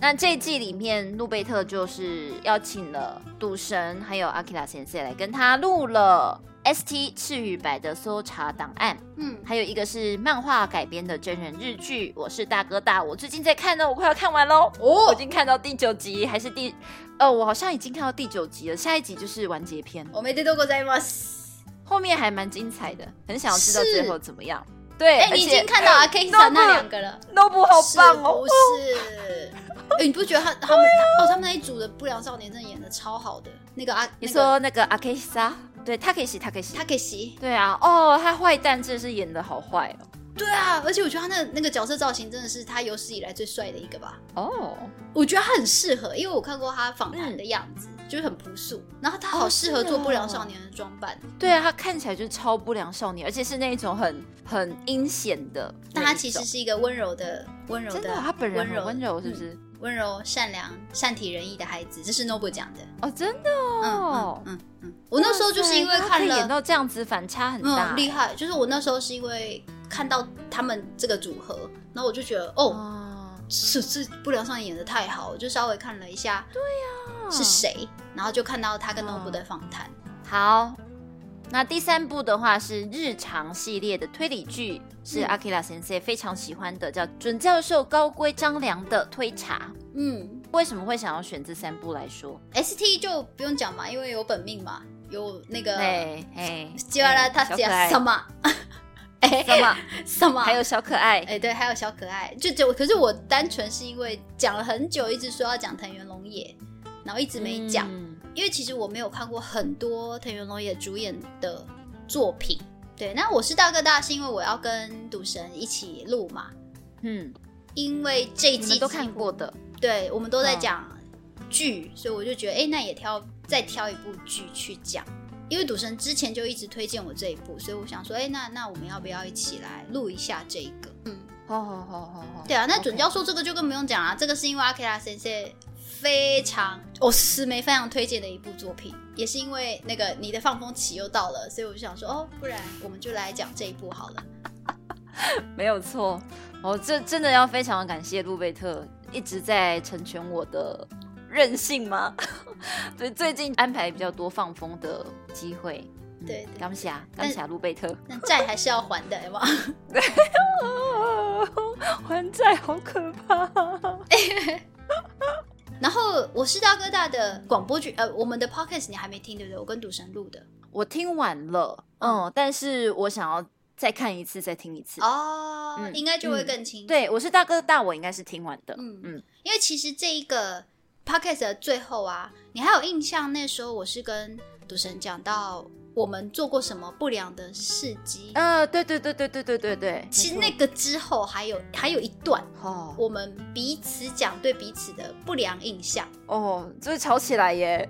D: 那这一季里面，路贝特就是邀请了赌神还有阿基拉先生来跟他录了 ST 赤羽白的搜查档案。
A: 嗯，
D: 还有一个是漫画改编的真人日剧《我是大哥大》，我最近在看呢，我快要看完喽。我已
A: 哦，
D: 经看到第九集，还是第……哦，我好像已经看到第九集了，下一集就是完结篇，
A: 我没得多过在吗？哎、
D: 后面还蛮精彩的，很想要知道
A: 是
D: 最后怎么样。哎对，而
A: 你已
D: 且哎
A: 经看到阿 K 萨那啊两个 [laughs] 了，
D: Nobu 好棒哦，
A: 是不是？哎、你不觉得他他们、哦，他们那一组的不良少年真的演的超好的？那个阿，
D: 你
A: 那个
D: 说那个阿 K 莎，对他可以洗，他可以洗
A: 他，可以洗，
D: 对啊，哦，他坏蛋真的是演的好坏哦。
A: 对啊，而且我觉得他那那个角色造型真的是他有史以来最帅的一个吧。
D: 哦，
A: 我觉得他很适合，因为我看过他访谈的样子，就是很朴素，然后他好
D: 哦
A: 适合
D: 是
A: 做
D: 哦
A: 不良少嗯年的装扮，
D: 对啊，他看起来就是超不良少年，而且是那一种很很阴险的那一种。
A: 但他其实是一个温柔的、温柔
D: 真
A: 的
D: 的，，啊他本人
A: 温
D: 很
A: 柔、
D: 温柔，是不是？
A: 嗯温柔、善良、善体人意的孩子？这是 Noble 讲的。
D: 哦，真的
A: 嗯
D: 哦。
A: 嗯嗯嗯，我那时候就是因为
D: 哇塞
A: 看
D: 他可以演
A: 了
D: 到这样子，反差很大、欸
A: 嗯，厉害。就是我那时候是因为看到他们这个组合，然后我就觉得，哦，
D: 哦。
A: 是是不良少年演的太好，我就稍微看了一下，对呀、是谁，然后就看到他跟
D: 啊嗯
A: Noble 的访谈。
D: 好，那第三部的话是日常系列的推理剧，是
A: 嗯
D: 阿基拉先生非常喜欢的，叫准教授高龟张良的推查。
A: 嗯
D: 为什么会想要选这三部来说？
A: ，ST 就不用讲嘛，因为有本命嘛，有那个
D: 哎哎，
A: 吉瓦拉他
D: 小可
A: 家
D: 爱
A: 什么
D: 什
A: [laughs]
D: 么？
A: 什么，
D: 还有小可爱
A: 哎、对，还有小可爱，就就可是我
D: 嗯
A: 单纯是因为讲了很久，一直说要讲藤原龙也，然后一直没讲，
D: 嗯
A: 因为其实我没有看过很多藤原龙也主演的作品。对，那我是大哥大，是因为我要跟赌神一起录嘛，
D: 嗯，
A: 因为这
D: 你
A: 一季
D: 们都
A: 几
D: 看
A: 乎
D: 过的，
A: 对，我们都在
D: 嗯
A: 讲剧，所以我就觉得，哎、那也挑再挑一部剧去讲。因为赌神之前就一直推荐我这一部，所以我想说，哎、那那我们要不要一起来录一下这一个？嗯，
D: 好好好好好。
A: 对啊，那准
D: OK
A: 教授这个就更不用讲啊，这个是因为阿 K 拉先生非常我师妹非常推荐的一部作品，也是因为那个你的放风期又到了，所以我就想说，哦，不然我们就来讲这一部好了。
D: 没有错，哦，这真的要非常感谢路贝特一直在成全我的任性吗？ [laughs] 对，最近安排比较多放风的机会。嗯
A: 对对
D: 感谢啊感谢啊路贝特，
A: 但债还是要还的，哎嘛，
D: 啊还债好可怕、
A: 然后我是大哥大的广播剧，呃，我们的 podcast 你还没听对不对？我跟赌神录的
D: 我听完了，嗯，但是我想要再看一次，再听一次。
A: 哦，
D: 嗯
A: 应该就会更清楚。，
D: 对，我是大哥大，我应该是听完的。
A: 嗯
D: 嗯
A: 因为其实这一个 podcast 的最后啊，你还有印象？那时候我是跟赌神讲到我们做过什么不良的事迹。
D: 呃，对对对对对对对对，
A: 其实
D: 没
A: 那个之后还有还有一段，
D: 错哦
A: 我们彼此讲对彼此的不良印象。 [laughs]
D: 哦，就是吵起来耶，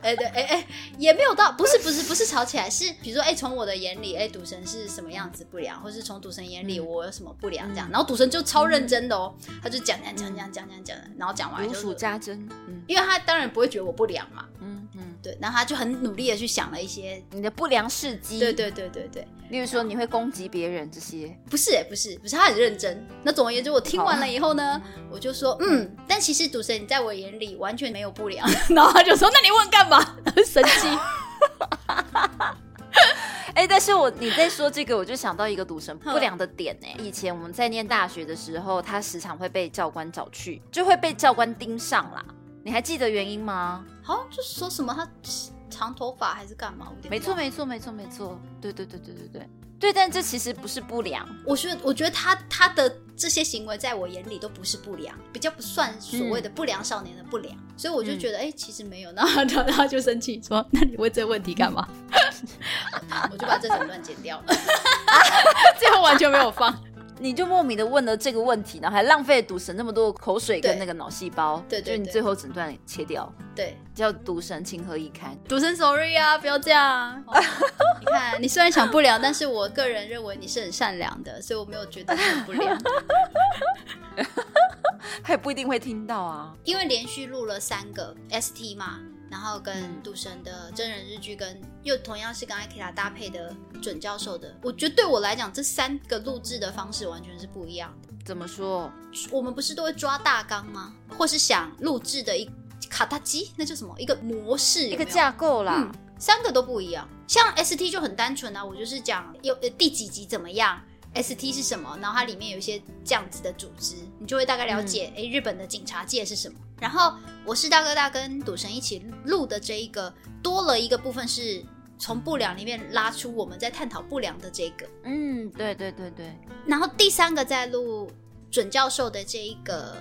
A: 哎、对，哎、哎、也没有到，不是不是不是吵起来，是比如说，哎、从我的眼里，哎、赌神是什么样子不良，或是从赌神眼里
D: 嗯
A: 我有什么不良这样，然后赌神就超认真的哦，他就讲讲讲讲讲讲讲，然后讲完
D: 如
A: 就
D: 数
A: 是，
D: 家珍。 [laughs] 嗯
A: 因为他当然不会觉得我不良嘛，
D: 嗯嗯，
A: 对，然后他就很努力的去想了一些，
D: 你的不良事迹，
A: 对，对对对对，
D: 例如说你会攻击别人这些，
A: 不是、哎，不是，不是，他很认真。那总而言之，我听完了以后呢，我就说，嗯，但其实赌神你在我眼里完全没有不良。 [laughs] 然后他就说，那你问干嘛？ [laughs] 生气。
D: 哎、但是我你在说这个，我就想到一个赌神
A: 哼
D: 不良的点呢、以前我们在念大学的时候，他时常会被教官找去，就会被教官盯上啦。你还记得原因吗？
A: 好像哦就是说什么他长头发还是干嘛？我有点
D: 没错，
A: 忘了
D: 没错，没错，没错。对对对对对对对，但这其实不是不良，
A: 我觉得我觉得他他的这些行为在我眼里都不是不良，比较不算所谓的不良少年的不良，所以我就觉得哎、其实没有。然后他他就生气说，那你问这问题干嘛？ [laughs] 我就把这整段剪掉了，最后完全没有放。
D: 你就莫名的问了这个问题，然后还浪费了赌神那么多口水跟
A: 对
D: 那个脑细胞，
A: 对对
D: 就你
A: 对
D: 最后整段切掉，
A: 对，
D: 叫赌神情何以堪？ [laughs]
A: 独生 sorry 啊，不要这样。你看，你虽然想不良，但是我个人认为你是很善良的，所以我没有觉得你很不良。
D: 他也不一定会听到啊。
A: 因为连续录了三个 ST 嘛，然后跟赌神的真人日剧，跟又同样是跟艾 k 拉搭配的准教授的，我觉得对我来讲，这三个录制的方式完全是不一样的。
D: 怎么说？
A: 我们不是都会抓大纲吗？或是想录制的一卡达基，那叫什么？一个模式，
D: 一
A: 有
D: 个
A: 没有
D: 架构啦。
A: 嗯，三个都不一样。像 ST 就很单纯啊，我就是讲有呃第几集怎么样，ST 是什么，然后它里面有一些这样子的组织，你就会大概了解，诶，日本的警察界是什么。然后我是大哥大跟赌神一起录的这一个，多了一个部分是从不良里面拉出我们在探讨不良的这个，
D: 嗯，对对对对，
A: 然后第三个在录准教授的这一个，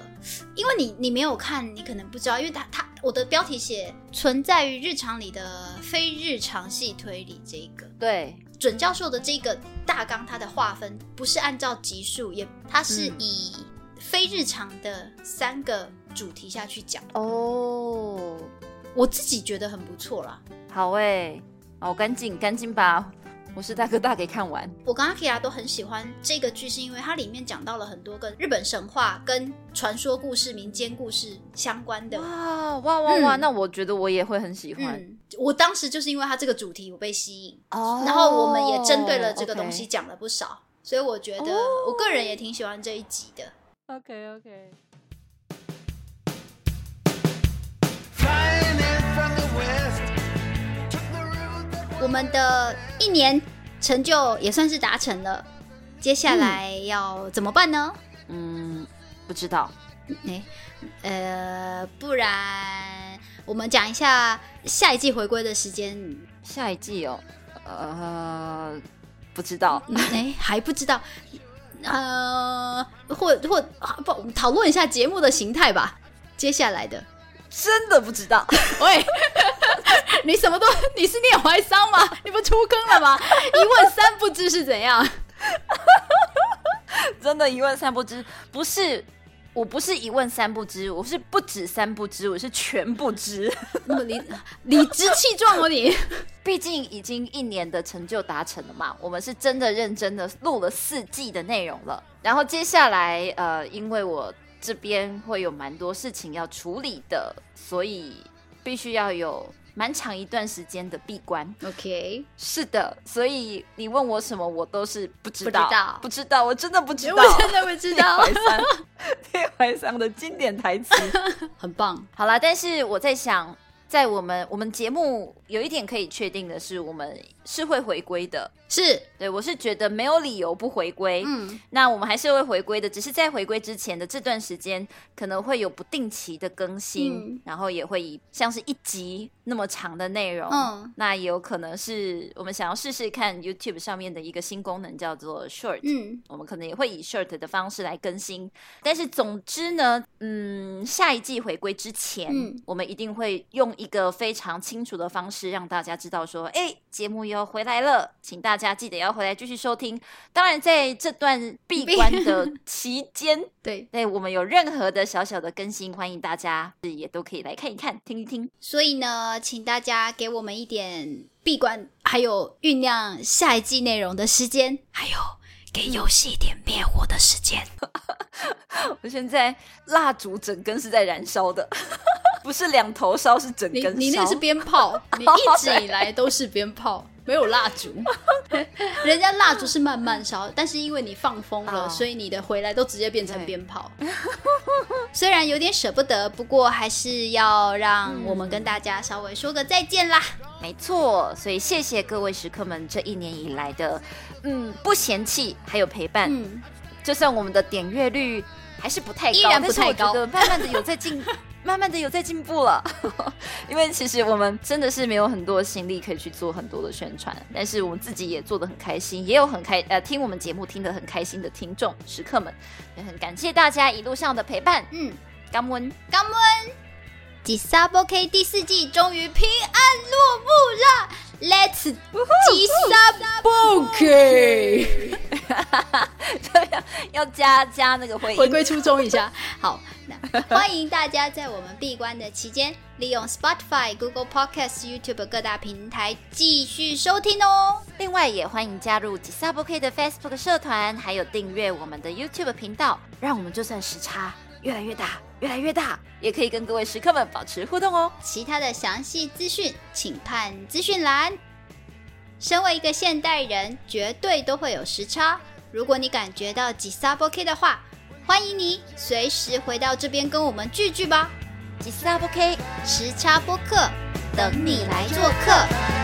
A: 因为你你没有看，你可能不知道，因为他他我的标题写存在于日常里的非日常系推理这一个。
D: 对，
A: 准教授的这个大纲，它的划分不是按照集数，也它是
D: 嗯
A: 以非日常的三个主题下去讲，
D: 哦，
A: 我自己觉得很不错啦。
D: 好哎、好，赶紧赶紧把我是大哥大给看完。
A: 我跟阿 k i 都很喜欢这个剧，是因为它里面讲到了很多跟日本神话、跟传说故事、民间故事相关的
D: 哇哇哇哇，
A: 嗯
D: 那我觉得我也会很喜欢。
A: 嗯，我当时就是因为它这个主题我被吸引，
D: 哦
A: 然后我们也针对了这个东西
D: OK。
A: 讲了不少，所以我觉得
D: 哦
A: 我个人也挺喜欢这一集的。
D: OK OK。
C: Flying in from the west. Took the road that
A: 我们的一年成就也算是达成了，接下来要怎么办呢？
D: 嗯，不知道。
A: 哎、呃，不然我们讲一下下一季回归的时间。
D: 下一季哦，呃，不知道。 [laughs]
A: 嗯哎、还不知道。呃，或或啊不，我们讨论一下节目的形态吧。接下来的，
D: 真的不知道， [laughs]
A: 喂， [laughs] 你什么都你是念怀桑吗？你不出坑了 [laughs] 吗？一问三不知是怎 [laughs] 样？
D: 真的，一问三不知。不是，我不是一问三不知，我是不止三不知，我是全不知。 [laughs]
A: 那么理理直气壮哦 [laughs] 你。
D: 毕竟已经一年的成就达成了嘛，我们是真的认真的录了四季的内容了。然后接下来，呃，因为我这边会有蛮多事情要处理的，所以必须要有蛮长一段时间的闭关。
A: OK，
D: 是的，所以你问我什么，我都是不知
A: 不
D: 道，
A: 知道
D: 不知道 [laughs] 我真的不知道。
A: 我真的不
D: [laughs]
A: 知道，
D: 怀桑，铁怀桑的经典台词。
A: 很棒。
D: [laughs] 好啦，但是我在想，在我们我们节目有一点可以确定的是，我们是会回归的。
A: 是，
D: 对我是觉得没有理由不回归。
A: 嗯，
D: 那我们还是会回归的，只是在回归之前的这段时间，可能会有不定期的更新，
A: 嗯
D: 然后也会以像是一集那么长的内容，
A: 嗯
D: 那也有可能是我们想要试试看 YouTube 上面的一个新功能，叫做 Short，
A: 嗯，
D: 我们可能也会以 short 的方式来更新。但是总之呢，嗯，下一季回归之前，
A: 嗯
D: 我们一定会用一个非常清楚的方式让大家知道说，哎，节目又要回来了，请大家记得要回来继续收听。当然，在这段闭
A: 闭
D: 关
A: [laughs]
D: 的期间，
A: 对，
D: 对我们有任何的小小的更新，欢迎大家也都可以来看一看、听一听。
A: 所以呢，请大家给我们一点闭关，还有酝酿下一季内容的时间，还有给游戏一点灭火的时间。
D: 我现在蜡烛整根是在燃烧的， [laughs] 不是两头烧，是整
A: 你
D: 根烧。
A: 你那个是鞭炮，你一直以来都是鞭炮，没有蜡烛。 [laughs] 人家蜡烛是慢慢烧，但是因为你放风了，
D: 哦
A: 所以你的回来都直接变成
D: 对
A: 鞭炮。虽然有点舍不得，不过还是要让我们跟大家稍微说个再见啦。
D: 没错，所以谢谢各位食客们这一年以来的，嗯，不嫌弃，还有陪伴。
A: 嗯，
D: 就算我们的点阅率还是不太高，
A: 依然不太
D: 但是我觉
A: 高
D: 得慢慢的有在
A: [laughs]
D: 进，慢慢的有在进步了。 [laughs] 因为其实我们真的是没有很多心力可以去做很多的宣传，但是我们自己也做的很开心，也有很开呃听我们节目听得很开心的听众食客们，也很感谢大家一路上的陪伴。
A: 嗯，
D: 感恩，
A: 感恩。第三波 K 第四季终于平安落幕啦！Let's 第三波 K。
D: [laughs] 要加加那个回
A: 回
D: 应。
A: 归初衷一下。好，那欢迎大家在我们闭关的期间，利用 Spotify、Google Podcast、YouTube 各大平台继续收听哦。
D: 另外，也欢迎加入吉萨波 K 的 Facebook 社团，还有订阅我们的 YouTube 频道，让我们就算时差越来越大，越来越大，也可以跟各位食客们保持互动哦。
A: 其他的详细资讯，请看资讯栏。身为一个现代人，绝对都会有时差。如果你感觉到吉萨波 K 的话，欢迎你随时回到这边跟我们聚聚吧。
D: 吉萨波 K，
A: 时差播客，等你来做客。